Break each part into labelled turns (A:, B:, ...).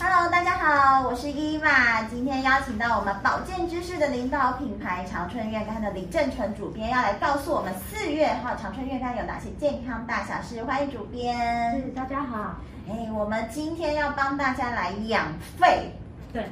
A: Hello，大家好，我是伊娃。今天邀请到我们保健知识的领导品牌长春月刊的李正淳主编，要来告诉我们四月号长春月刊有哪些健康大小事。欢迎主编。
B: 是，大家好。
A: 哎，我们今天要帮大家来养肺。
B: 对，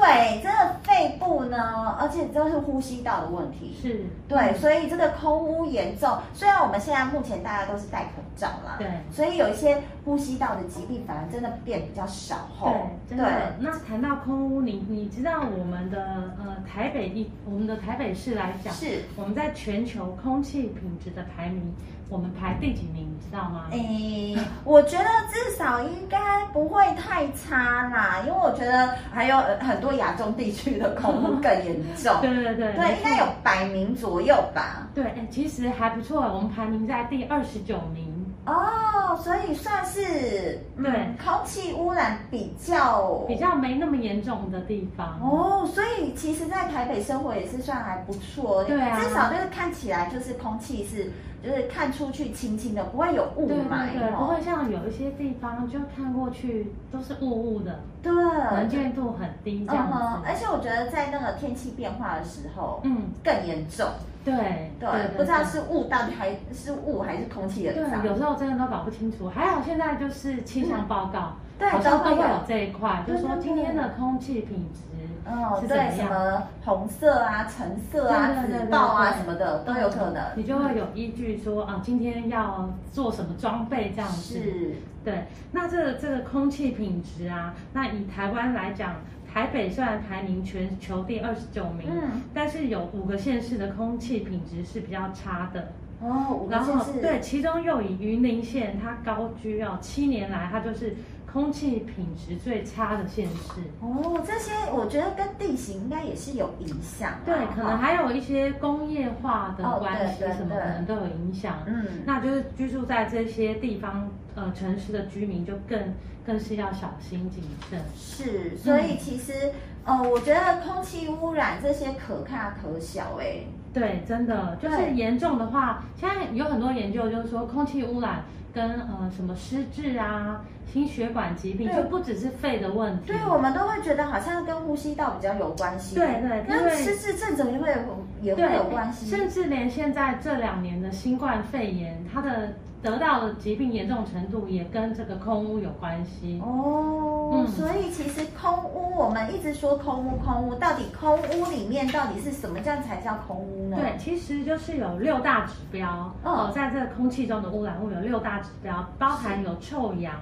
A: 对，这个肺部呢，而且这是呼吸道的问题。
B: 是，
A: 对，所以这个空污严重。虽然我们现在目前大家都是戴口罩啦，
B: 对，
A: 所以有一些呼吸道的疾病反而真的变比较少后。
B: 对，真的。那谈到空屋，你你知道我们的呃台北地，我们的台北市来讲，
A: 是，
B: 我们在全球空气品质的排名，我们排第几名，你知道
A: 哎
B: 吗？。
A: 诶，我觉得至少应该不会太差啦，因为我觉得还有呃很多亚洲地区的空污更严重
B: 对对对，
A: 对，应该有百名左右吧。
B: 对，哎，其实还不错，我们排名在第二十九名，
A: 哦，所以算是
B: 对，
A: 空气污染比较
B: 嗯比较没那么严重的地方。
A: 哦，所以其实，在台北生活也是算还不错，
B: 对啊
A: 至少就是看起来就是空气是，就是看出去清清的，不会有雾
B: 对
A: 霾
B: 对对，不
A: 哦。
B: 会像有一些地方就看过去都是雾雾的，
A: 对，
B: 能见度很低这样
A: 嗯哼，而
B: 子。
A: 且我觉得在那个天气变化的时候
B: 嗯，
A: 更严重，
B: 对
A: 对，不知道
B: 对
A: 是雾到底还是雾还是空气的脏
B: 对，，有时候真的都搞不清楚。还好现在就是气象报告，
A: 嗯对
B: 好，
A: 都
B: 像
A: 会
B: 都会
A: 有
B: 有。这一块，就
A: 对
B: 说
A: 对
B: 今天
A: 对
B: 的空气品质，
A: 哦，
B: 是怎么
A: 对，什
B: 样
A: 么红色啊、橙色啊、
B: 对对对
A: 紫
B: 对
A: 爆啊
B: 对
A: 什么的都有可能。
B: 你就会有依据说啊，今天要做什么装备这样子。
A: 是，
B: 对，那这个这个空气品质啊，那以台湾来讲，台北虽然排名全球第二十九名，
A: 嗯，
B: 但是有五个县市的空气品质是比较差的。
A: 哦，五个
B: 然
A: 县
B: 后
A: 市，
B: 对，其中又以云林县，它高居哦，七年来它就是空气品质最差的县市。
A: 哦，这些我觉得跟地形应该也是有影响啊。
B: 对，可能
A: 哈
B: 还有一些工业化的
A: 哦
B: 关系
A: 对对
B: 什么，
A: 对
B: 可能都有影响。
A: 嗯，
B: 那就是居住在这些地方呃城市的居民就更更是要小心谨慎。
A: 是，所
B: 嗯
A: 以其实呃，我觉得空气污染这些可大可小哎、
B: 对，真的就是
A: 对
B: 严重的话，现在有很多研究就是说空气污染。跟呃什么失智啊、心血管疾病，
A: 对
B: 就不只是肺的问题。
A: 对我们都会觉得好像跟呼吸道比较有关系，
B: 对对因
A: 跟
B: 为
A: 失智症怎么也会有也会
B: 对，
A: 有关系，
B: 甚至连现在这两年的新冠肺炎，它的得到的疾病严重程度也跟这个空污有关系。
A: 哦，
B: 嗯
A: 所以其实空污，我们一直说空污空污，到底空污里面到底是什么，这样才叫空污呢？
B: 对，其实就是有六大指标，
A: 嗯
B: 哦，在这个空气中的污染物有六大指标，包含有臭氧，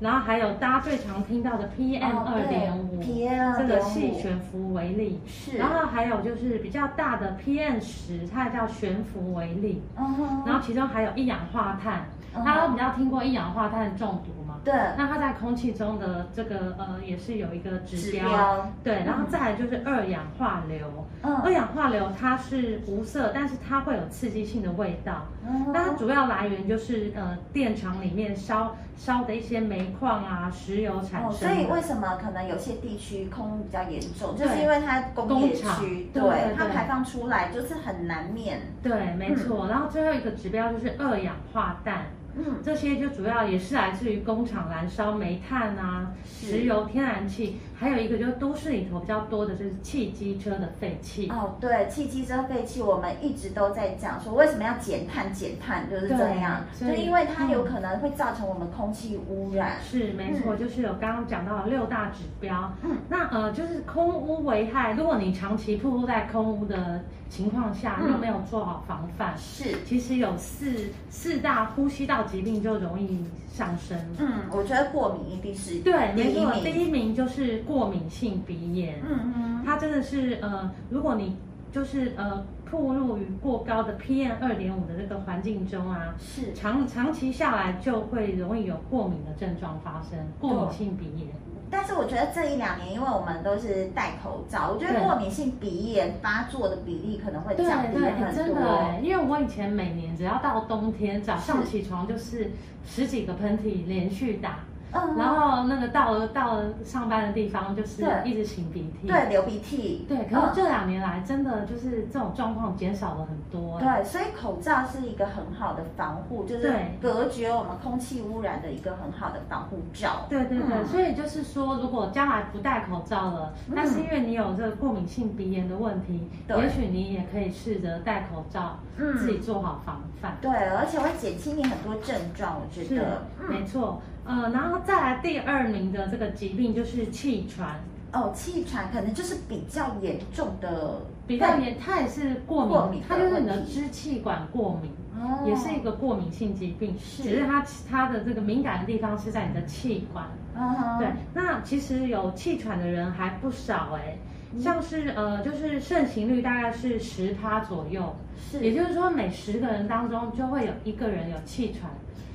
B: 然后还有大家最常听到的 PM
A: 哦
B: 二点五，
A: 对 PM
B: 这个细
A: 2.5
B: 悬浮微粒，
A: 是，
B: 然后还有就是比较大的 PM 十，它也叫悬浮微粒，
A: 嗯哼，
B: 然后其中还有一氧化碳，
A: 嗯
B: 大家都比较听过一氧化碳中毒嘛，
A: 对，
B: 那它在空气中的这个呃也是有一个指标，对，然后再来就是二氧化硫，二
A: 嗯，
B: 氧化硫它是无色，但是它会有刺激性的味道，
A: 嗯
B: 那它主要来源就是呃电厂里面烧烧的一些煤矿啊、石油产
A: 哦，
B: 生
A: 所以
B: 的。
A: 为什么可能有些地区空污比较严重，就
B: 对
A: 是因为它工业
B: 工厂
A: 区，
B: 对对
A: 它
B: 对
A: 排放出来就是很难免。
B: 对，没错。然后最后一个指标就是二氧化氮，
A: 嗯，
B: 这些就主要也是来自于工厂燃烧煤炭啊、石油、天然气，还有一个就是都市里头比较多的就是汽机车的废气。
A: 哦，对，汽机车废气，我们一直都在讲说为什么要减碳，减碳就是
B: 对
A: 这样，就
B: 所以嗯
A: 因为它有可能会造成我们空气污染。
B: 是没错，就是有刚刚讲到的六大指标。
A: 嗯
B: 那呃，就是空污危害，如果你长期暴露在空污的情况下，
A: 嗯
B: 又没有做好防范，
A: 是，
B: 其实有四四大呼吸道疾病就容易上升。
A: 嗯，我觉得过敏一定是
B: 对，
A: 第
B: 没
A: 一
B: 错，第
A: 名。
B: 一名就是过敏性鼻炎，
A: 嗯嗯，
B: 它真的是呃，如果你就是呃，暴露于过高的 PM 二点五的这个环境中啊，
A: 是。
B: 长长期下来就会容易有过敏的症状发生，过敏性鼻炎。
A: 但是我觉得这一两年，因为我们都是戴口罩，我觉得
B: 对
A: 过敏性鼻炎发作的比例可能会降低
B: 哎
A: 很
B: 真的
A: 多。
B: 哎，因为我以前每年只要到冬天早上
A: 是
B: 起床就是十几个喷嚏连续打，
A: 嗯，
B: 然后那个到了到了上班的地方就是
A: 对
B: 一直擤鼻涕。
A: 对嗯流鼻涕，
B: 对，可是这两年来真的就是这种状况减少了很多。欸
A: 对，所以口罩是一个很好的防护，就是
B: 对
A: 隔绝我们空气污染的一个很好的防护罩。
B: 对对对，
A: 嗯
B: 所以就是说，如果将来不戴口罩了，
A: 嗯
B: 但是因为你有这个过敏性鼻炎的问题，
A: 对
B: 也许你也可以试着戴口罩，
A: 嗯
B: 自己做好防范。
A: 对，而且会减轻你很多症状，我觉
B: 是
A: 得。，嗯
B: 没错。呃，然后再来第二名的这个疾病就是气喘，
A: 哦，气喘可能就是比较严重的，
B: 比较严，它也是过敏，
A: 过敏的
B: 它就是你的
A: 问题
B: 支气管过敏，
A: 哦
B: 也是一个过敏性疾病，
A: 是
B: 只是它它的这个敏感的地方是在你的气管。
A: 嗯哼
B: 对，那其实有气喘的人还不少哎、
A: 嗯
B: 像是呃，就是盛行率大概是十趴左右，
A: 是，
B: 也就是说每十个人当中就会有一个人有气喘，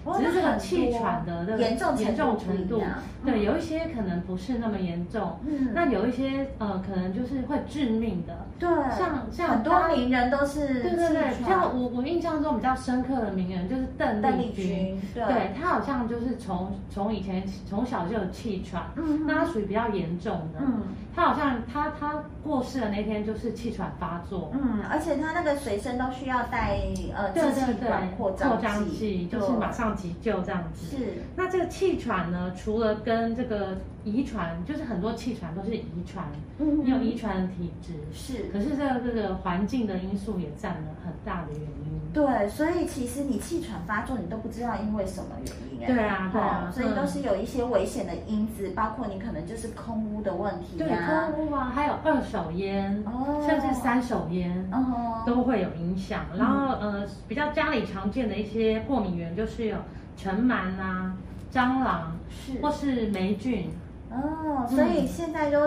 A: 哇
B: 只是这
A: 那
B: 个
A: 很
B: 气
A: 多
B: 喘的这个
A: 严重
B: 严重
A: 程
B: 程
A: 度不一
B: 度
A: 样，
B: 对，有一些可能不是那么严重，
A: 嗯
B: 那有一些呃可能就是会致命的，
A: 对，
B: 像像
A: 很多
B: 巴黎
A: 名人都是
B: 对对对，
A: 气
B: 比较
A: 喘
B: 我我印象中比较深刻的名人就是邓
A: 邓
B: 丽
A: 丽
B: 君，
A: 君，
B: 对，她好像就是从从以前从小就有气喘，
A: 嗯
B: 那她属于比较严重的，
A: 嗯
B: 她好像她她过世的那天就是气喘发作，
A: 嗯，而且他那个随身都需要带呃
B: 对
A: 支
B: 对
A: 气管
B: 对，
A: 扩张嗯
B: 剂
A: 剂，
B: 就是马上急救这样子。
A: 是
B: 那这个气喘呢，除了跟这个遗传，就是很多气喘都是遗传，
A: 嗯
B: 你有遗传的体质，
A: 是。
B: 可是这个这个环境的因素也占了很大的原因。
A: 对，所以其实你气喘发作，你都不知道因为什么原因哎。
B: 对啊对啊
A: 哦所以
B: 嗯
A: 都是有一些危险的因子，包括你可能就是空污的问题
B: 对，
A: 呀。
B: 空污啊，还有二手烟，
A: 哦
B: 甚至三手烟，
A: 嗯哼，
B: 都会有影响。然后
A: 嗯
B: 呃，比较家里常见的一些过敏源就是有尘螨啊、蟑螂
A: 是
B: 或嗯是霉菌。
A: 哦，所以现在就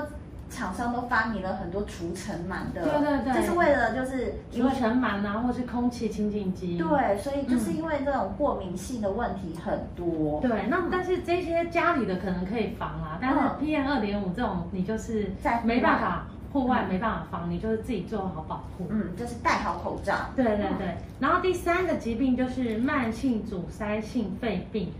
A: 厂商都发明了很多除尘螨的，
B: 对对对
A: 就是为了就是
B: 除了尘螨啊，或是空气清净机。
A: 对，所以
B: 嗯
A: 就是因为这种过敏性的问题很多。
B: 对，那但是这些家里的可能可以防啦，但是 PM 二点五这种你就是
A: 嗯在户外
B: 没办法，户外没办法防，你就是自己做好保护。
A: 嗯，就是戴好口罩。
B: 对对对，然后第三个疾病就是慢性阻塞性肺病。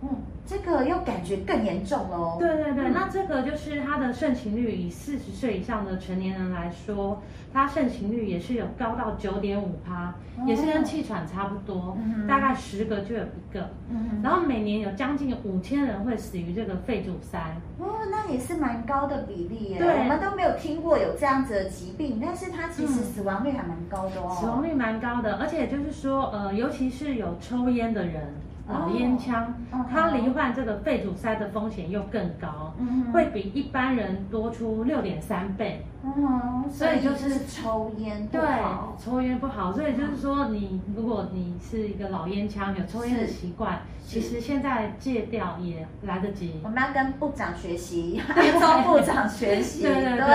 A: 嗯，这个又感觉更严重喽。
B: 对对对，
A: 嗯
B: 那这个就是它的盛行率，以四十岁以上的成年人来说，它盛行率也是有高到九点五趴，也是跟气喘差不多，
A: 哦嗯哼
B: 大概十个就有一个。
A: 嗯
B: 然后每年有将近五千人会死于这个肺阻塞。
A: 哦，那也是蛮高的比例耶。
B: 对
A: 我们都没有听过有这样子的疾病，但是它其实死亡率还蛮高的哦。
B: 嗯死亡率蛮高的，而且就是说，呃，尤其是有抽烟的人，
A: 哦
B: 老烟枪
A: 嗯，
B: 他
A: 嗯
B: 罹患这个肺阻塞的风险又更高，
A: 嗯哼
B: 会比一般人多出六点三倍。
A: 嗯，所
B: 所
A: 以
B: 以
A: 就
B: 就是
A: 是抽烟不
B: 对
A: 好。，
B: 抽烟不好，所以就是说你，如果你是一个老烟枪，有抽烟的
A: 是
B: 习惯，
A: 是
B: 其实现在戒掉也来得及
A: 我。们要跟部长学习，周部长学习，
B: 对对对对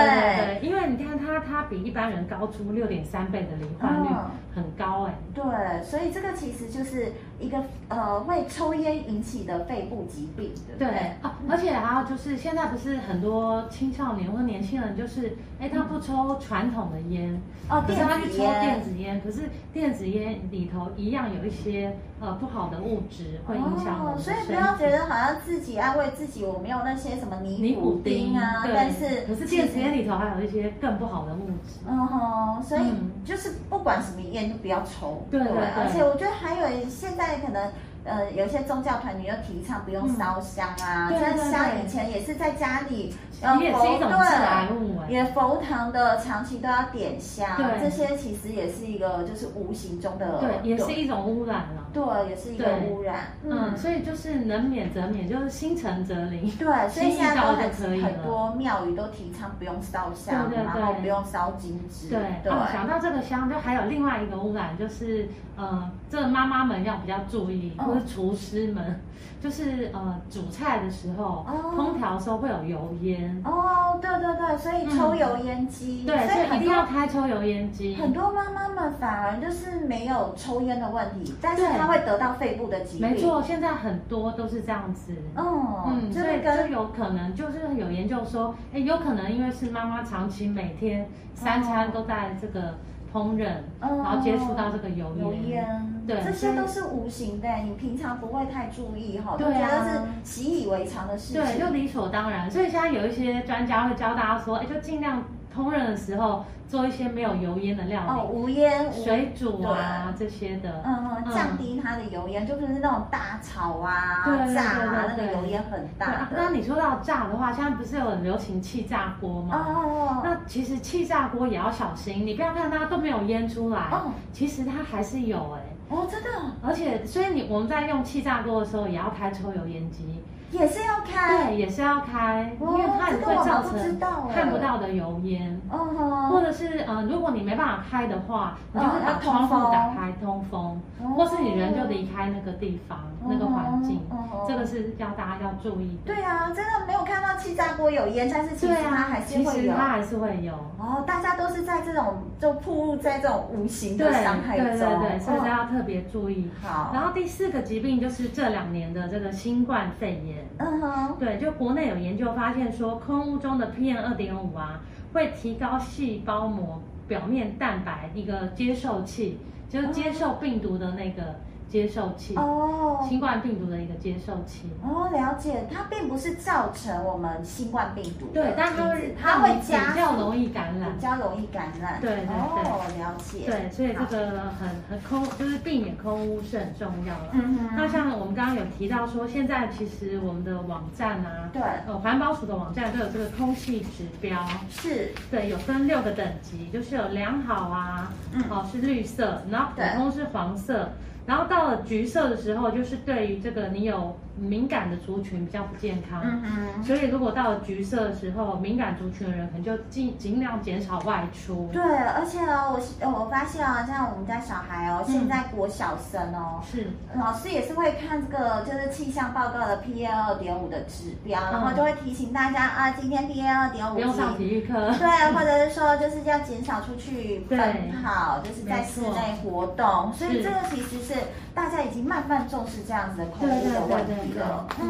B: 对，因为你看它，它比一般人高出六点三倍的罹患率
A: 嗯，
B: 很高哎、
A: 对，所以这个其实就是一个呃，为抽烟引起的肺部疾病，对不
B: 对
A: 对？
B: 啊，而且还有就是现在不是很多青少年或年轻人，就是哎他不抽传统的烟，
A: 哦
B: 可是他去
A: 电子
B: 抽
A: 烟
B: 电子烟，可是电子烟里头一样有一些呃不好的物质会影响我们
A: 哦，
B: 的
A: 所
B: 身体。
A: 以不要觉得好像自己安慰自己，我没有那些什么尼
B: 尼
A: 古
B: 古
A: 丁
B: 丁
A: 啊，
B: 对
A: 但是
B: 可是
A: 其实
B: 电子烟里头还有一些更不好的物质。
A: 嗯哼，所以
B: 嗯
A: 就是不管什么烟都不要抽。
B: 对对对
A: 而且我觉得还有现在可能呃，有一些宗教团体就提倡不用
B: 嗯
A: 烧香啊，
B: 对
A: 像
B: 对
A: 像
B: 对
A: 以前也是在家里，呃，
B: 也是一
A: 佛
B: 种致癌物哎、
A: 也佛堂的长期都要点香，
B: 对
A: 这些其实也是一个就是无形中的
B: 对，也是一种污染了、
A: 对，也是一个
B: 对
A: 污染。
B: 嗯，所以就是能免则免，就是心诚则灵。
A: 对，所以现在都
B: 心意到就可以
A: 很
B: 了
A: 很多庙宇都提倡不用烧香，
B: 对对对
A: 然后不用烧金纸，
B: 对，哦，想到这个香，就还有另外一个污染，就是呃，这妈妈们要比较注意，
A: 嗯
B: 或是厨师们，就是呃，煮菜的时候，
A: 哦
B: 烹调的时候会有油烟，
A: 哦，对对对，所以抽油烟机，
B: 嗯对，
A: 所
B: 所
A: 以
B: 以一
A: 很
B: 定要
A: 多
B: 开抽油烟机。
A: 很多妈妈们反而就是没有抽烟的问题，但是
B: 对
A: 她会得到肺部的疾病，
B: 没，错，现在很多都是这样子。
A: 嗯，
B: 嗯，
A: 就
B: 所
A: 是
B: 以这
A: 跟
B: 有可能就是有研究说，哎，有可能因为是妈妈长期每天三
A: 哦
B: 餐都在这个烹饪，
A: 嗯
B: 然后接触到这个油
A: 哦油
B: 烟，
A: 烟，
B: 对
A: 这
B: 所
A: 些
B: 以
A: 都是无形的，你平常不会太注意哈，都
B: 对
A: 觉
B: 啊
A: 得是习以为常的事
B: 对，就
A: 情。
B: 理所当然。所以现在有一些专家会教大家说，哎，就尽量烹饪的时候做一些没有油烟的
A: 哦，
B: 料
A: 无烟
B: 理，
A: 无，
B: 水煮啊这些的。
A: 嗯嗯，降低它的油烟，就不是那种大炒啊、
B: 对对对
A: 炸啊，那
B: 对
A: 个
B: 对
A: 油烟很
B: 对
A: 大
B: 啊刚
A: 的。
B: 刚你说到炸的话，现在不是有很流行气炸
A: 哦
B: 锅吗？
A: 哦
B: 那其实气炸锅也要小心，你不要看它都没有烟出来，
A: 哦
B: 其实它还是有哎、
A: 哦，真的
B: 而且，所以你我们在用气炸锅的时候，也要开抽油烟机，
A: 也是要开。
B: 对，也是要开，因
A: 哎哦
B: 为它也会造
A: 这个我不知
B: 成
A: 道哎
B: 看不到的油烟，
A: 嗯
B: 或
A: 哼，
B: 者是呃，如果你没办法开的话，你就
A: 嗯
B: 是把
A: 要
B: 窗
A: 通
B: 户
A: 风哦
B: 打开通风，或是你人就离开那个地方、那个环境
A: 嗯哼，
B: 这个是要大家要注意的。
A: 对啊，真的没有看到气炸锅有烟，但是其实
B: 对
A: 它
B: 啊
A: 还，是
B: 其
A: 会
B: 实
A: 有。
B: 它还是会有。
A: 哦，大家都是在这种就暴露在这种无形
B: 对
A: 的伤害
B: 对对
A: 中。
B: 对，所以
A: 嗯
B: 要特别注意。
A: 好，
B: 然后第四个疾病就是这两年的这个新冠肺炎。
A: 嗯哼，
B: 对，就国内有研究发现说，空污中的 PM 二点五啊，会提高细胞膜表面蛋白一个接受器，就是接受病毒的那个接受器，
A: 哦。
B: 新冠病毒的一个接受器。
A: 哦，了解，它并不是造成我们新冠病毒的
B: 对，但它
A: 因
B: 会
A: 子它会
B: 让你
A: 加
B: 比较
A: 速
B: 容易感染
A: 比。较容易感染。
B: 嗯对对对
A: 哦，了解。
B: 对，所以这
A: 好
B: 个很很空，就是避免空污是很重要了。
A: 嗯哼
B: 那像我们刚刚有提到说，现在其实我们的网站啊，
A: 对
B: 呃，环保署的网站都有这个空气指标，
A: 是
B: 对，有分六个等级，就是有良好啊，
A: 嗯
B: 哦是绿色，然后普
A: 对
B: 通是黄色，然后到了橘色的时候，就是对于这个你有敏感的族群比较不健康。
A: 嗯哼，
B: 所以，如果到了橘色的时候，敏感族群的人可能就尽尽量减少外出。
A: 对，而且哦，我呃我发现哦，像我们家小孩哦，
B: 嗯
A: 现在国小生哦。
B: 是，
A: 老师也是会看这个，就是气象报告的 PM 二点五的指标，
B: 嗯
A: 然后就会提醒大家啊，今天 PM 二点五
B: 不用上体育课。
A: 对，或者哦是说就是要减少出去奔跑，就是在室内活动，所以
B: 是
A: 这个其实是大家已经慢慢重视这样子的空污的问题了。
B: 对对对对对
A: 嗯，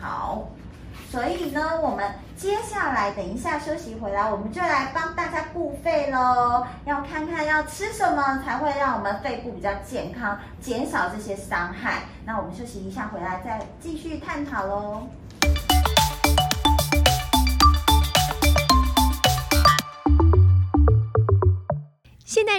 A: 好。所以呢，我们接下来等一下休息回来，我们就来帮大家顾肺喽。要看看要吃什么才会让我们肺部比较健康，减少这些伤害。那我们休息一下，回来再继续探讨喽。
C: 现代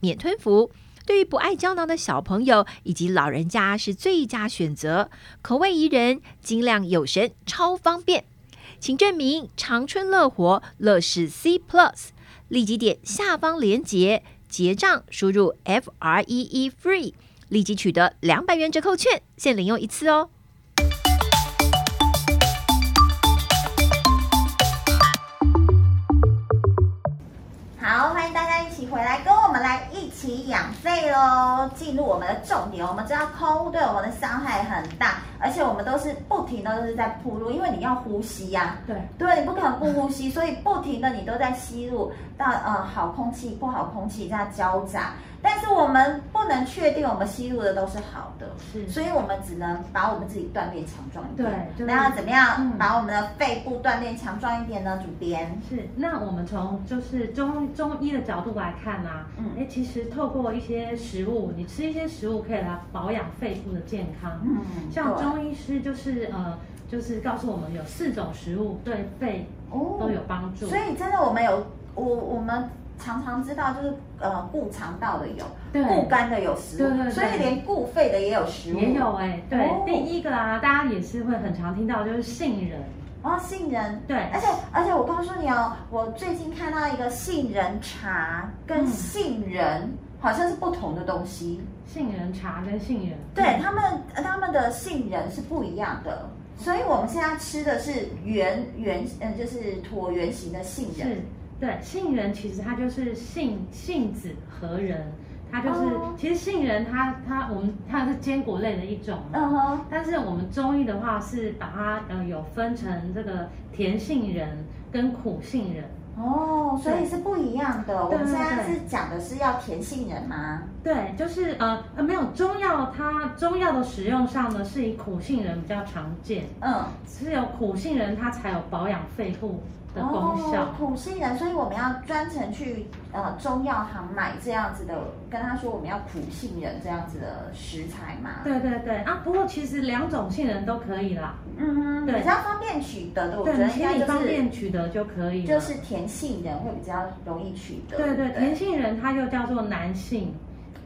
C: 免吞服，对于不爱胶囊的小朋友以及老人家是最佳选择，口味宜人，精量有神，超方便。请证明长春乐活乐视 C Plus，立即点下方链接结账，输入 F R E E FREE，立即取得两百元折扣券，限领用一次哦。
A: 好，欢迎大家一起回来，跟我们来一起养肺喽！进入我们的重点，我们知道空污对我们的伤害很大，而且我们都是不停的都是在铺路，因为你要呼吸呀、
B: 对，
A: 对，你不可能不呼 吸，所以不停的你都在吸入到呃好空气、不好空气这样交杂，但是我们不能确定我们吸入的都是好的，
B: 是，
A: 所以我们只能把我们自己锻炼强壮一点。
B: 对就是
A: 那要怎么样、
B: 嗯
A: 把我们的肺部锻炼强壮一点呢？主编，
B: 是，那我们从就是中中医的角度来看啊，
A: 嗯
B: 哎、其实透过一些食物，你吃一些食物可以来保养肺部的健康。
A: 嗯
B: 像
A: 对
B: 中医师就是呃，就是告诉我们有四种食物对肺
A: 哦
B: 都有帮助。
A: 所以真的我们有我我们常常知道就是呃顾肠道的有，
B: 对
A: 顾肝的有食
B: 对对
A: 物，
B: 对
A: 所以连顾肺的也有食物。
B: 也有哎、对，
A: 哦
B: 第一个啊，大家也是会很常听到就是杏仁，
A: 哦，杏仁。
B: 对，
A: 而且而且我告诉你哦，我最近看到一个杏仁茶跟
B: 嗯
A: 杏仁好像是不同的东西，
B: 杏仁茶跟杏仁，
A: 对他们呃他们的杏仁是不一样的，所以我们现在吃的是圆圆嗯、就是椭圆形的杏仁，
B: 是，对，杏仁其实它就是杏杏子和仁，它就是、
A: 哦
B: 其实杏仁它它我们它是坚果类的一种嘛，
A: 嗯哼，
B: 但是我们中医的话是把它呃有分成这个甜杏仁跟苦杏仁，
A: 哦，所以是不一样的。我
B: 对
A: 们现在
B: 对
A: 是讲的是要甜杏仁吗？
B: 对，就是呃呃没有中药它中药的使用上呢是以苦杏仁比较常见，
A: 嗯，
B: 是有苦杏仁它才有保养肺部的功效。
A: 哦，苦杏仁，所以我们要专程去呃中药行买这样子的，跟他说我们要苦杏仁这样子的食材嘛。，
B: 对对对啊，不过其实两种杏仁都可以啦，
A: 嗯，
B: 对
A: 比较方便取得的，我
B: 对，
A: 觉得哦
B: 你
A: 应
B: 其实
A: 该
B: 你
A: 就
B: 方
A: 是
B: 便取得就可以了。
A: 就是甜杏仁会比较容易取得。
B: 对对，
A: 不
B: 甜杏仁它又叫做南杏，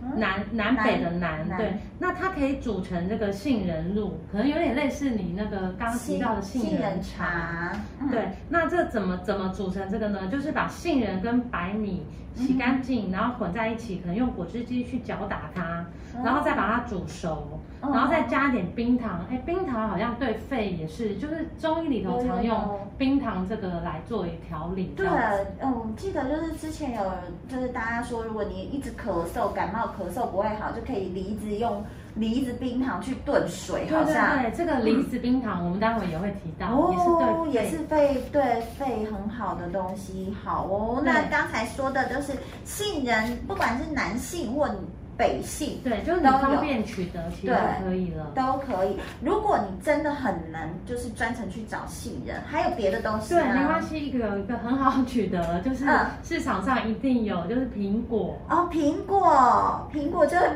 A: 嗯
B: 南南北的南，
A: 南
B: 对。那它可以煮成这个杏仁露，可能有点类似你那个刚提到的杏仁茶。
A: 茶，嗯，
B: 对，那这怎么怎么组成这个呢？就是把杏仁跟白米
A: 嗯
B: 洗干净，然后混在一起，可能用果汁机去搅打它，
A: 哦
B: 然后再把它煮熟，
A: 嗯
B: 然后再加一点冰糖。哎，冰糖好像对肺也是，就是中医里头
A: 有有
B: 常
A: 有
B: 用冰糖这个来做一调理。
A: 对
B: 这样子，
A: 嗯，我记得就是之前有，就是大家说，如果你一直咳嗽、感冒咳嗽不会好，就可以梨子用梨子冰糖去炖水，
B: 对
A: 好像
B: 对对，这个梨子冰糖，我们待会也会提到，
A: 哦，
B: 也
A: 也
B: 是对
A: 是肺对肺很好的东西。好哦，那
B: 对
A: 刚才说的就是杏仁，不管是男性或北性
B: 对对，就是你
A: 都有
B: 方便取得，其实
A: 对
B: 就可以了。
A: 都可以。如果你真的很难，就是专程去找杏仁，还有别的东西
B: 对，没关
A: 吗？
B: 系，一个有一个很好取得，就是
A: 啊嗯
B: 市场上一定有，就是苹果。
A: 哦，苹果，苹果就是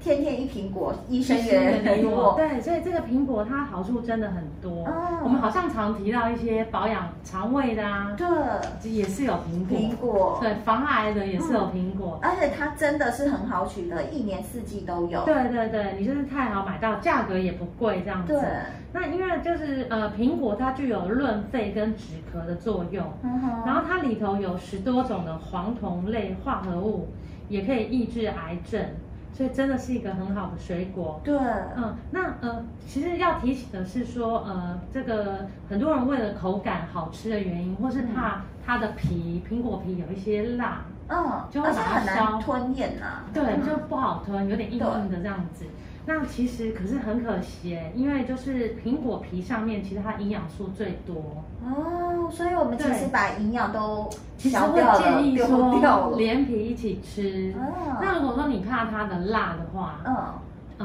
A: 天天一苹果，医生也给我。
B: 对，所以这个苹果它好处真的很多。
A: 哦
B: 我们好像常提到一些保养肠胃的啊，
A: 对，
B: 也是有苹果。
A: 苹果，
B: 对，防癌的也是有苹果。
A: 而且它真的是很好取得，一年四季都有。
B: 对对对，你就是太好买到，价格也不贵这样子。
A: 对，
B: 那因为就是呃，苹果它具有润肺跟止咳的作用，
A: 嗯哼，
B: 然后它里头有十多种的黄酮类化合物，也可以抑制癌症，所以真的是一个很好的水果。
A: 对，
B: 嗯，那呃，其实要提醒的是说，呃，这个很多人为了口感好吃的原因，或是怕它的皮苹果皮有一些辣，
A: 嗯，
B: 就会
A: 而且
B: 把它
A: 很
B: 削
A: 难吞咽呐。
B: 对，
A: 嗯
B: 就不好吞，有点硬硬的这样子。那其实可是很可惜耶，因为就是苹果皮上面其实它营养素最多，
A: 哦，所以我们其实
B: 对
A: 把营养都
B: 其实
A: 消
B: 会
A: 掉了，
B: 建议
A: 丢掉
B: 说
A: 了。
B: 连皮一起吃。
A: 嗯
B: 那如果说你怕它的辣的话，
A: 嗯，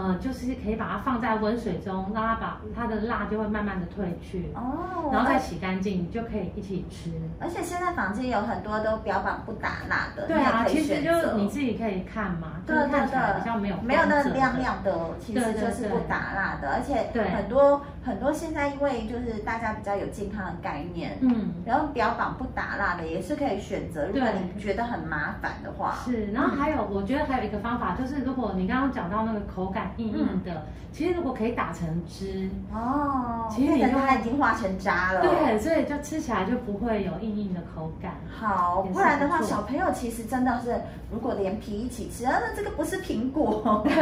B: 呃，就是可以把它放在温水中，让它把它的辣就会慢慢的退去，
A: 哦，
B: 然后再
A: 而
B: 洗干净，你就可以一起吃。
A: 而且现在坊间有很多都标榜不打蜡的，
B: 对
A: 你也
B: 啊，
A: 可以
B: 其实
A: 选
B: 就
A: 择
B: 是你自己可以看嘛，就
A: 对
B: 是
A: 对
B: 看起来
A: 对，
B: 比较没有
A: 没有那
B: 光
A: 个
B: 泽
A: 亮
B: 的
A: 亮的，其实
B: 对对
A: 就是不
B: 对
A: 打蜡的，而且
B: 对
A: 很多很多现在因为就是大家比较有健康的概念，
B: 嗯。
A: 然后标榜不打蜡的也是可以选择，如果
B: 对
A: 你觉得很麻烦的话，
B: 是，然后还有，我觉得还有一个方法，就是如果你刚刚讲到那个口感硬硬
A: 嗯
B: 的，其实如果可以打成汁，
A: 哦，
B: 其实你
A: 变成
B: 就
A: 它已经化成渣了，
B: 对，所以就吃起来就不会有硬硬的口感。
A: 好，
B: 也是
A: 不然的话，
B: 不错
A: 小朋友其实真的是，如果连皮一起吃，啊，那这个 不是苹果，对，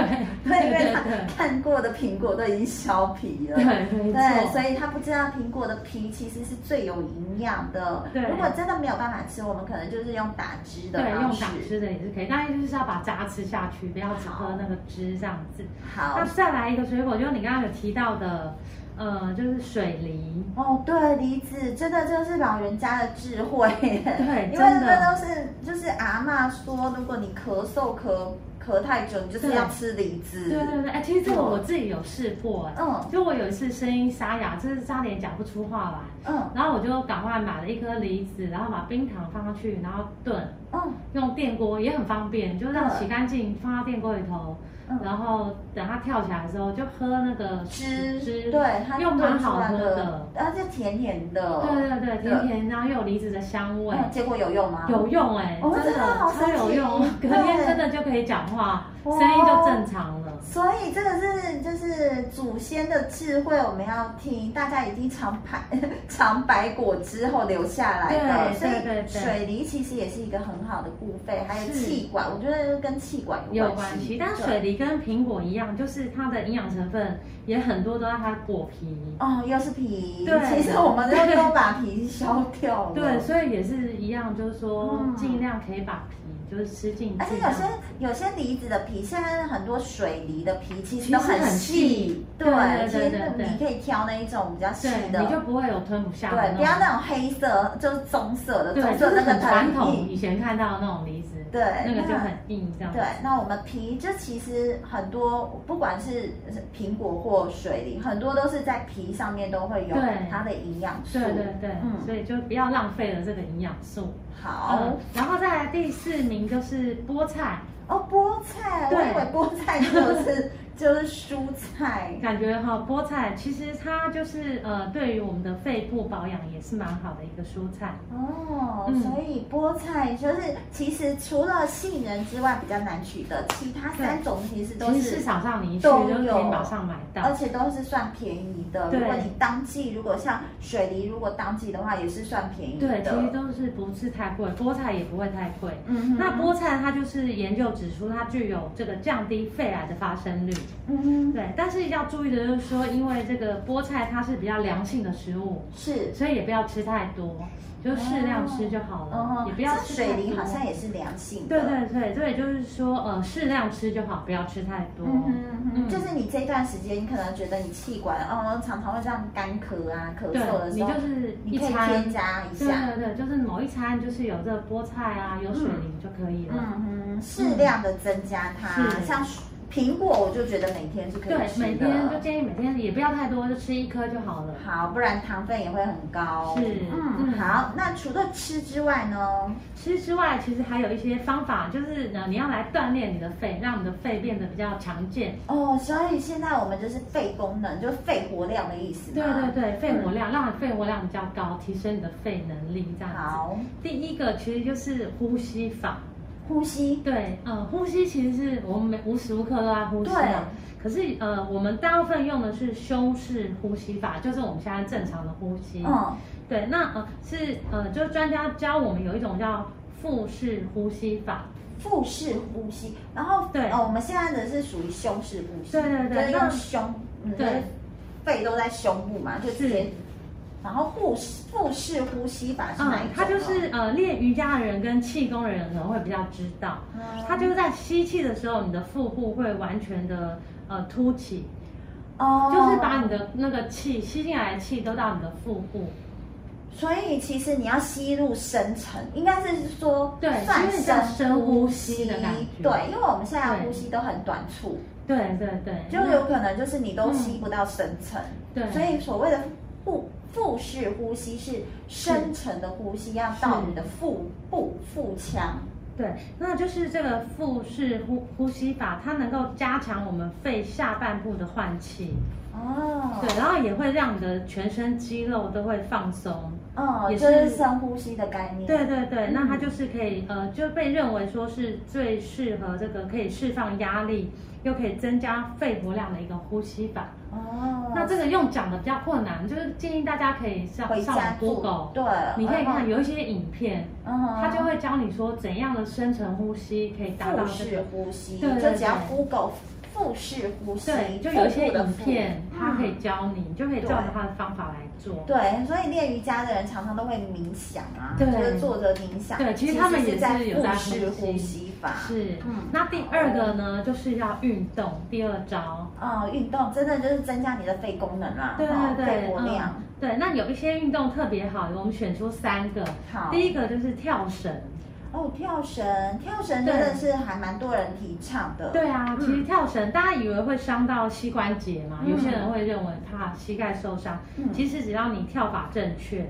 A: 因为他
B: 对对
A: 看过的苹果都已经削皮了，
B: 对没
A: 对，
B: 错
A: 所。以他不知道苹果的皮其实是最有营养的。
B: 对
A: 如果真的没有办法吃，我们可能就是用打汁的
B: 对，
A: 方
B: 用
A: 式
B: 打。汁的也是可以，但是就是要把渣吃下去，不要只喝那个汁这样子。
A: 好
B: 那。再来一个水果，就是你刚刚有提到的，呃，就是水梨。
A: 哦，对，梨子真的就是老人家的智慧耶，
B: 对
A: 因为
B: 真的
A: 这都是就是阿嬷说，如果你咳嗽咳咳太久，你就是
B: 对
A: 要吃梨子。
B: 对对对，哎，其实这个我自己有试过，哎，
A: 嗯
B: 就我有一次声音沙哑，就是差点讲不出话来，
A: 嗯
B: 然后我就赶快买了一颗梨子，然后把冰糖放上去，然后炖，
A: 嗯
B: 用电锅也很方便，就让洗干净，放到电锅里头，
A: 嗯，
B: 然后等它跳起来的时候就喝那个
A: 汁
B: 汁，
A: 对，它
B: 又蛮好喝
A: 炖出来
B: 的，，
A: 而且甜甜的。
B: 对对对，甜甜，然后又有梨子的香味，
A: 嗯，结果有用吗？
B: 有用哎、
A: 哦
B: 真
A: 真的好神
B: 超
A: 奇
B: 有用，隔
A: 对
B: 天真的就可以讲话，
A: 哇
B: 声音就正常了。
A: 所以这个是就是祖先的智慧，我们要听，大家已经尝百 尝百果之后留下来的，
B: 对
A: 所
B: 对对
A: 以
B: 对
A: 水梨其实也是一个很好的固肺，还有
B: 是
A: 气管，我觉得跟气管
B: 有
A: 有
B: 关系，但
A: 对
B: 水梨跟苹果一样，就是它的营养成分也很多都在它果皮。
A: 哦，又是皮，
B: 对
A: 其实我们
B: 对
A: 都都把皮削掉了，
B: 对，所以也是一样，就是说
A: 嗯
B: 尽量可以把皮就是吃进去。
A: 而且有些有些梨子的皮，现在很多水梨的皮其实都
B: 其实很细
A: 细，
B: 对对
A: 其
B: 对
A: 实
B: 对对
A: 你可以挑那一种比较细
B: 对，
A: 的，
B: 你就不会有吞不下的
A: 对，不要
B: 那种。
A: 那种黑色，就是棕色的，棕
B: 对，
A: 色
B: 就是
A: 那个
B: 很传统，
A: 硬
B: 以前看到的那种梨子，
A: 对，
B: 那个就很硬这样。
A: 对。那我们皮，就其实很多，不管是苹果或水梨，很多都是在皮上面都会有
B: 对
A: 它的营养素。
B: 对对对，
A: 嗯哦
B: 所以就不要浪费了这个营养素。
A: 好、
B: 嗯，然后再来第四名就是菠菜，
A: 哦，菠菜，我
B: 对
A: 以为菠 菜就是就是蔬菜。
B: 感觉哈、菠菜其实它就是呃，对于我们的肺部保养也是蛮好的一个蔬菜。
A: 哦，
B: 嗯
A: 所以菠菜就是其实除了杏仁之外比较难取得，其他三种其实都
B: 其实
A: 是
B: 市场上你一去就
A: 都
B: 可以
A: 有
B: 马上买到
A: 而。且都是算便宜的。
B: 对
A: 如果你当季，如果像水梨，如果当季的话，也是算便宜的。
B: 对，其实都是不是太贵，菠菜也不会太贵。
A: 嗯哼
B: 那菠菜它就是研究指出，它具有这个降低肺癌的发生率。
A: 嗯哼
B: 对，但是要注意的就是说，因为这个菠菜它是比较凉性的食物，
A: 是，
B: 所以也不要吃太多，就适量吃就好了，
A: 嗯哼，
B: 也不要
A: 像
B: 吃太
A: 水
B: 多。
A: 梨好像也是良性的。
B: 对对对对，就是说呃适量吃就好，不要吃太多。
A: 嗯哼嗯
B: 嗯
A: 哼，就是你这段时间，你可能觉得你气管哦，常常会这样干咳啊、咳嗽
B: 对，
A: 的
B: 你
A: 时候，
B: 就是一
A: 你可以
B: 餐
A: 添加一
B: 对
A: 下，
B: 对对，就是某一餐就是有这个菠菜啊，有水梨就可以了。
A: 嗯哼，适量的增加它。
B: 是
A: 像苹果，我就觉得每天是可以
B: 对，
A: 吃的，
B: 每天就建议每天也不要太多，就吃一颗就好了。
A: 好，不然糖分也会很高。
B: 是
A: 嗯，
B: 嗯
A: 好。那除了吃之外呢？
B: 吃之外，其实还有一些方法，就是呃呢，你要来锻炼你的肺，让你的肺变得比较强健。
A: 哦，所以现在我们就是肺功能，就是肺活量的意思嘛。
B: 对对对，肺
A: 嗯
B: 活量，让你肺活量比较高，提升你的肺能力这样子。
A: 好，
B: 第一个其实就是呼吸法，
A: 呼吸。
B: 对，呃，呼吸其实是我们每无时无刻都在呼吸啊。可是呃，我们大部分用的是胸式呼吸法，就是我们现在正常的呼吸。
A: 嗯，
B: 对，那呃是呃，就是专家教我们有一种叫腹式呼吸法。
A: 腹式呼吸。然后
B: 对
A: 哦，我们现在的是属于胸式呼吸。
B: 对对对
A: 就是
B: 那
A: 用胸，嗯，
B: 对
A: 就是肺都在胸部嘛，就直接
B: 是。
A: 然后腹式腹式呼吸法是
B: 嗯
A: 哪一种呢？，啊
B: 它就是呃练瑜伽的人跟气功的人可能会比较知道，
A: 嗯
B: 它就是在吸气的时候，你的腹部会完全的呃凸起，
A: 哦
B: 就是把你的那个气吸进来的气都到你的腹部。
A: 所以其实你要吸入深层，应该是说
B: 对
A: 算
B: 就是像深呼
A: 吸
B: 吸的感觉
A: 对，因为我们现在
B: 对
A: 呼吸都很短促，
B: 对对对，
A: 就有可能就是你都吸不到深层。
B: 对，
A: 所以所谓的腹腹式呼吸是深层的呼吸，要到你的腹部腹腔。
B: 对，那就是这个腹式呼呼吸法，它能够加强我们肺下半部的换气，
A: 哦，
B: 对，然后也会让你的全身肌肉都会放松。
A: 哦，
B: 也
A: 就是是深呼吸的概念。
B: 对对对，
A: 嗯
B: 那它就是可以呃，就被认为说是最适合这个可以释放压力，又可以增加肺活量的一个呼吸法。
A: 哦，
B: 那这个用讲的比较困难，就是建议大家可以上
A: 回
B: 上
A: 家
B: 网
A: 做
B: Google，，
A: 对，
B: 哦你可以看
A: 嗯，
B: 有一些影片，
A: 嗯
B: 它就会教你说怎样的深层呼吸可以达到
A: 腹
B: 这个
A: 式呼吸，
B: 对对
A: 就只要
B: 对
A: Google 腹式呼吸，
B: 对，就有一些
A: 腹部的
B: 影
A: 腹
B: 片，它可以
A: 嗯
B: 教你，你就可以照着它的方法来做。
A: 对，所以练瑜伽的人常常都会冥想啊，
B: 对
A: 就是坐着冥想。
B: 对其实他们也
A: 是
B: 是
A: 在
B: 有在
A: 腹式
B: 呼吸
A: 呼吸法。
B: 是
A: 嗯，
B: 那第二个呢，就是要运动。第二招，
A: 哦，运动真的就是增加你的肺功能啦，
B: 对
A: 哦
B: 对
A: 肺
B: 对，
A: 活量。
B: 嗯，对。那有一些运动特别好，我们选出三个。
A: 好，
B: 第一个就是跳绳，
A: 哦，跳绳，跳绳真的
B: 对
A: 是还蛮多人提倡的。
B: 对啊，
A: 嗯
B: 其实跳绳大家以为会伤到膝关节嘛，
A: 嗯
B: 有些人会认为怕膝盖受伤，
A: 嗯，
B: 其实只要你跳法正确，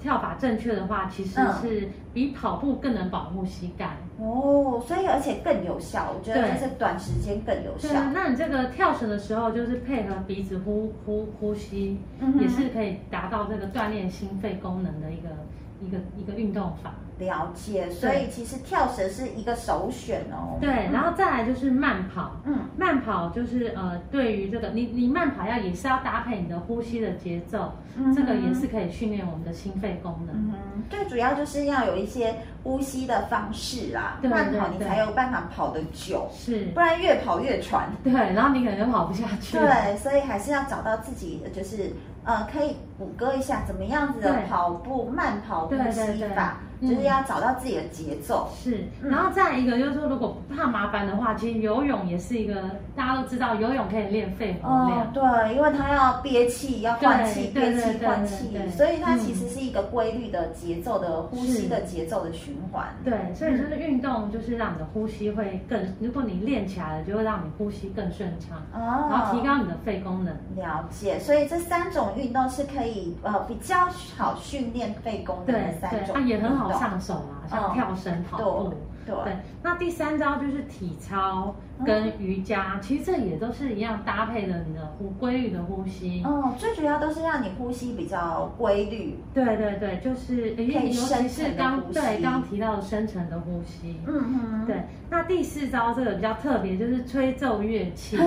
B: 跳法正确的话，其实
A: 嗯
B: 是比跑步更能保护膝盖。
A: 哦，所以而且更有效，我觉得
B: 对
A: 就是短时间更有效
B: 对。啊，那你这个跳绳的时候，就是配合鼻子呼呼呼吸，
A: 嗯哼
B: 也是可以达到这个锻炼心肺功能的一个一个一个运动法。
A: 了解，所以其实跳绳是一个首选哦。
B: 对，然后再来就是慢跑，
A: 嗯，
B: 慢跑就是呃，对于这个你你慢跑要也是要搭配你的呼吸的节奏，
A: 嗯
B: 这个也是可以训练我们的心肺功能。
A: 嗯哼，最主要就是要有一些呼吸的方式啦，
B: 对
A: 慢跑
B: 对
A: 你
B: 对
A: 才有办法跑得久，
B: 是，
A: 不然越跑越喘。
B: 对，然后你可能就跑不下去。
A: 对，所以还是要找到自己，就是呃，可以谷歌一下怎么样子的
B: 对
A: 跑步、慢跑、呼
B: 对对
A: 吸
B: 对
A: 法，就
B: 嗯
A: 是要找到自己的节奏。
B: 是，
A: 嗯
B: 然后再一个就是说，如果不怕麻烦的话，其实游泳也是一个大家都知道，游泳可以练肺活
A: 哦
B: 量。，
A: 对，因为它要憋气，要换气，
B: 对
A: 憋
B: 对
A: 气
B: 对
A: 换
B: 对
A: 气
B: 对，
A: 所以它
B: 嗯
A: 其实是一个规律的节奏的呼吸
B: 是
A: 的节奏的循环。
B: 对，所以就是运动，就是让你的呼吸会更，如果你练起来了，就会让你呼吸更顺畅，然后提
A: 哦，
B: 高你的肺功能。
A: 了解。所以这三种运动是可以呃比较好训练肺功能的
B: 对
A: 三
B: 对，
A: 种
B: 它
A: 运动。
B: 也很好上手啊，像跳绳、跑步。
A: 对，
B: 对，那第三招就是体操跟瑜伽，其实这也都是一样搭配了你的呼规律的呼吸。
A: 哦，最主要都是让你呼吸比较规律。
B: 对对对，就是尤
A: 可以
B: 其
A: 深层
B: 是
A: 的
B: 刚
A: 呼
B: 对
A: 吸
B: 刚提到的深层的呼吸。
A: 嗯哼，
B: 对，那第四招这个比较特别，就是吹奏乐器。
A: 啊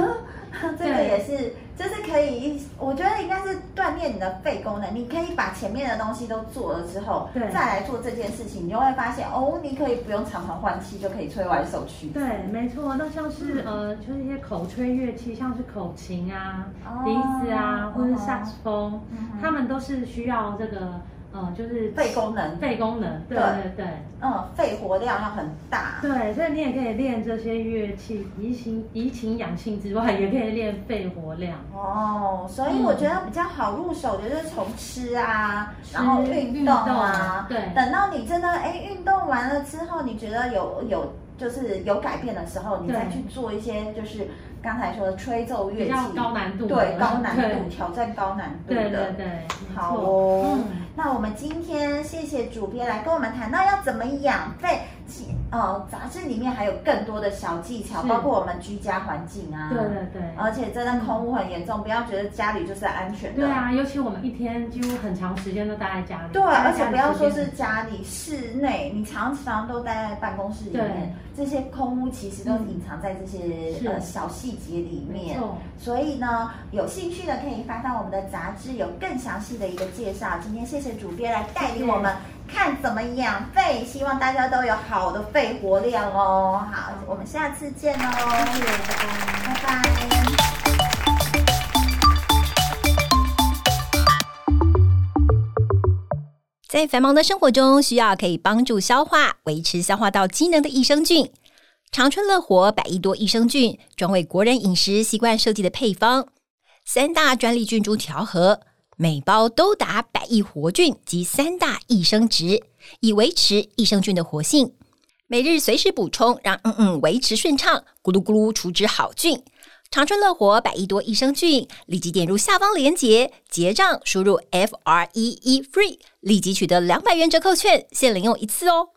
A: 这个也是，就是可以，我觉得应该是锻炼你的肺功能。你可以把前面的东西都做了之后，
B: 对
A: 再来做这件事情，你就会发现哦，你可以不用常常换气就可以吹完首曲。
B: 对，没错，那像是、呃，就是一些口吹乐器，像是口琴啊、
A: 哦
B: 笛子啊，或是萨克斯风，
A: 嗯哼
B: 他们都是需要这个呃，就是
A: 肺功能，
B: 肺功能。对
A: 对
B: 对对
A: 嗯，肺活量要很大。
B: 对，所以你也可以练这些乐器，怡情怡情养性之外， 也可以练肺活量。
A: 哦，所以我觉得比较好入手的就是从吃啊，
B: 嗯吃
A: 然后运动啊，
B: 运动对
A: 等到你真的哎运动完了之后，你觉得有有就是有改变的时候，你
B: 对
A: 再去做一些就是刚才说的吹奏乐器，
B: 比较高难度的，
A: 对高难度
B: 对
A: 挑战高难度
B: 对对
A: 的。
B: 对，没
A: 好
B: 错
A: 哦
B: 嗯，
A: 那我们今天谢谢主编来跟我们谈到要怎么养肺，其呃杂志里面还有更多的小技巧，
B: 是
A: 包括我们居家环境啊，
B: 嗯对对对。
A: 而且真的空污很严重，不要觉得家里就是安全的。
B: 对啊，尤其我们一天几乎很长时间都待在家里，
A: 对，啊而且
B: 待在家里
A: 不要
B: 时
A: 说
B: 间
A: 是家里，室内你常常都待在办公室里面，这些空污其实都隐藏在这些、
B: 嗯是
A: 呃小细节里
B: 没
A: 面。
B: 错。
A: 所以呢，有兴趣的可以翻到我们的杂志，有更详细的一个介绍。今天谢谢主编来带领我们看怎么养肺，希望大家都有好的肺活量哦。好，我们下次见哦，
B: 谢谢，拜拜。
A: 拜拜。
C: 在繁忙的生活中，需要可以帮助消化、维持消化道机能的益生菌。长春乐活百亿多益生菌专为国人饮食习惯设计的配方，三大专利菌株调和，每包都达百亿活菌及三大益生值，以维持益生菌的活性。每日随时补充，让嗯嗯维持顺畅，咕噜咕噜除脂好菌。长春乐活百亿多益生菌，立即点入下方链接结账，输入 F R E E FREE，立即取得两百元折扣券，限领用一次哦。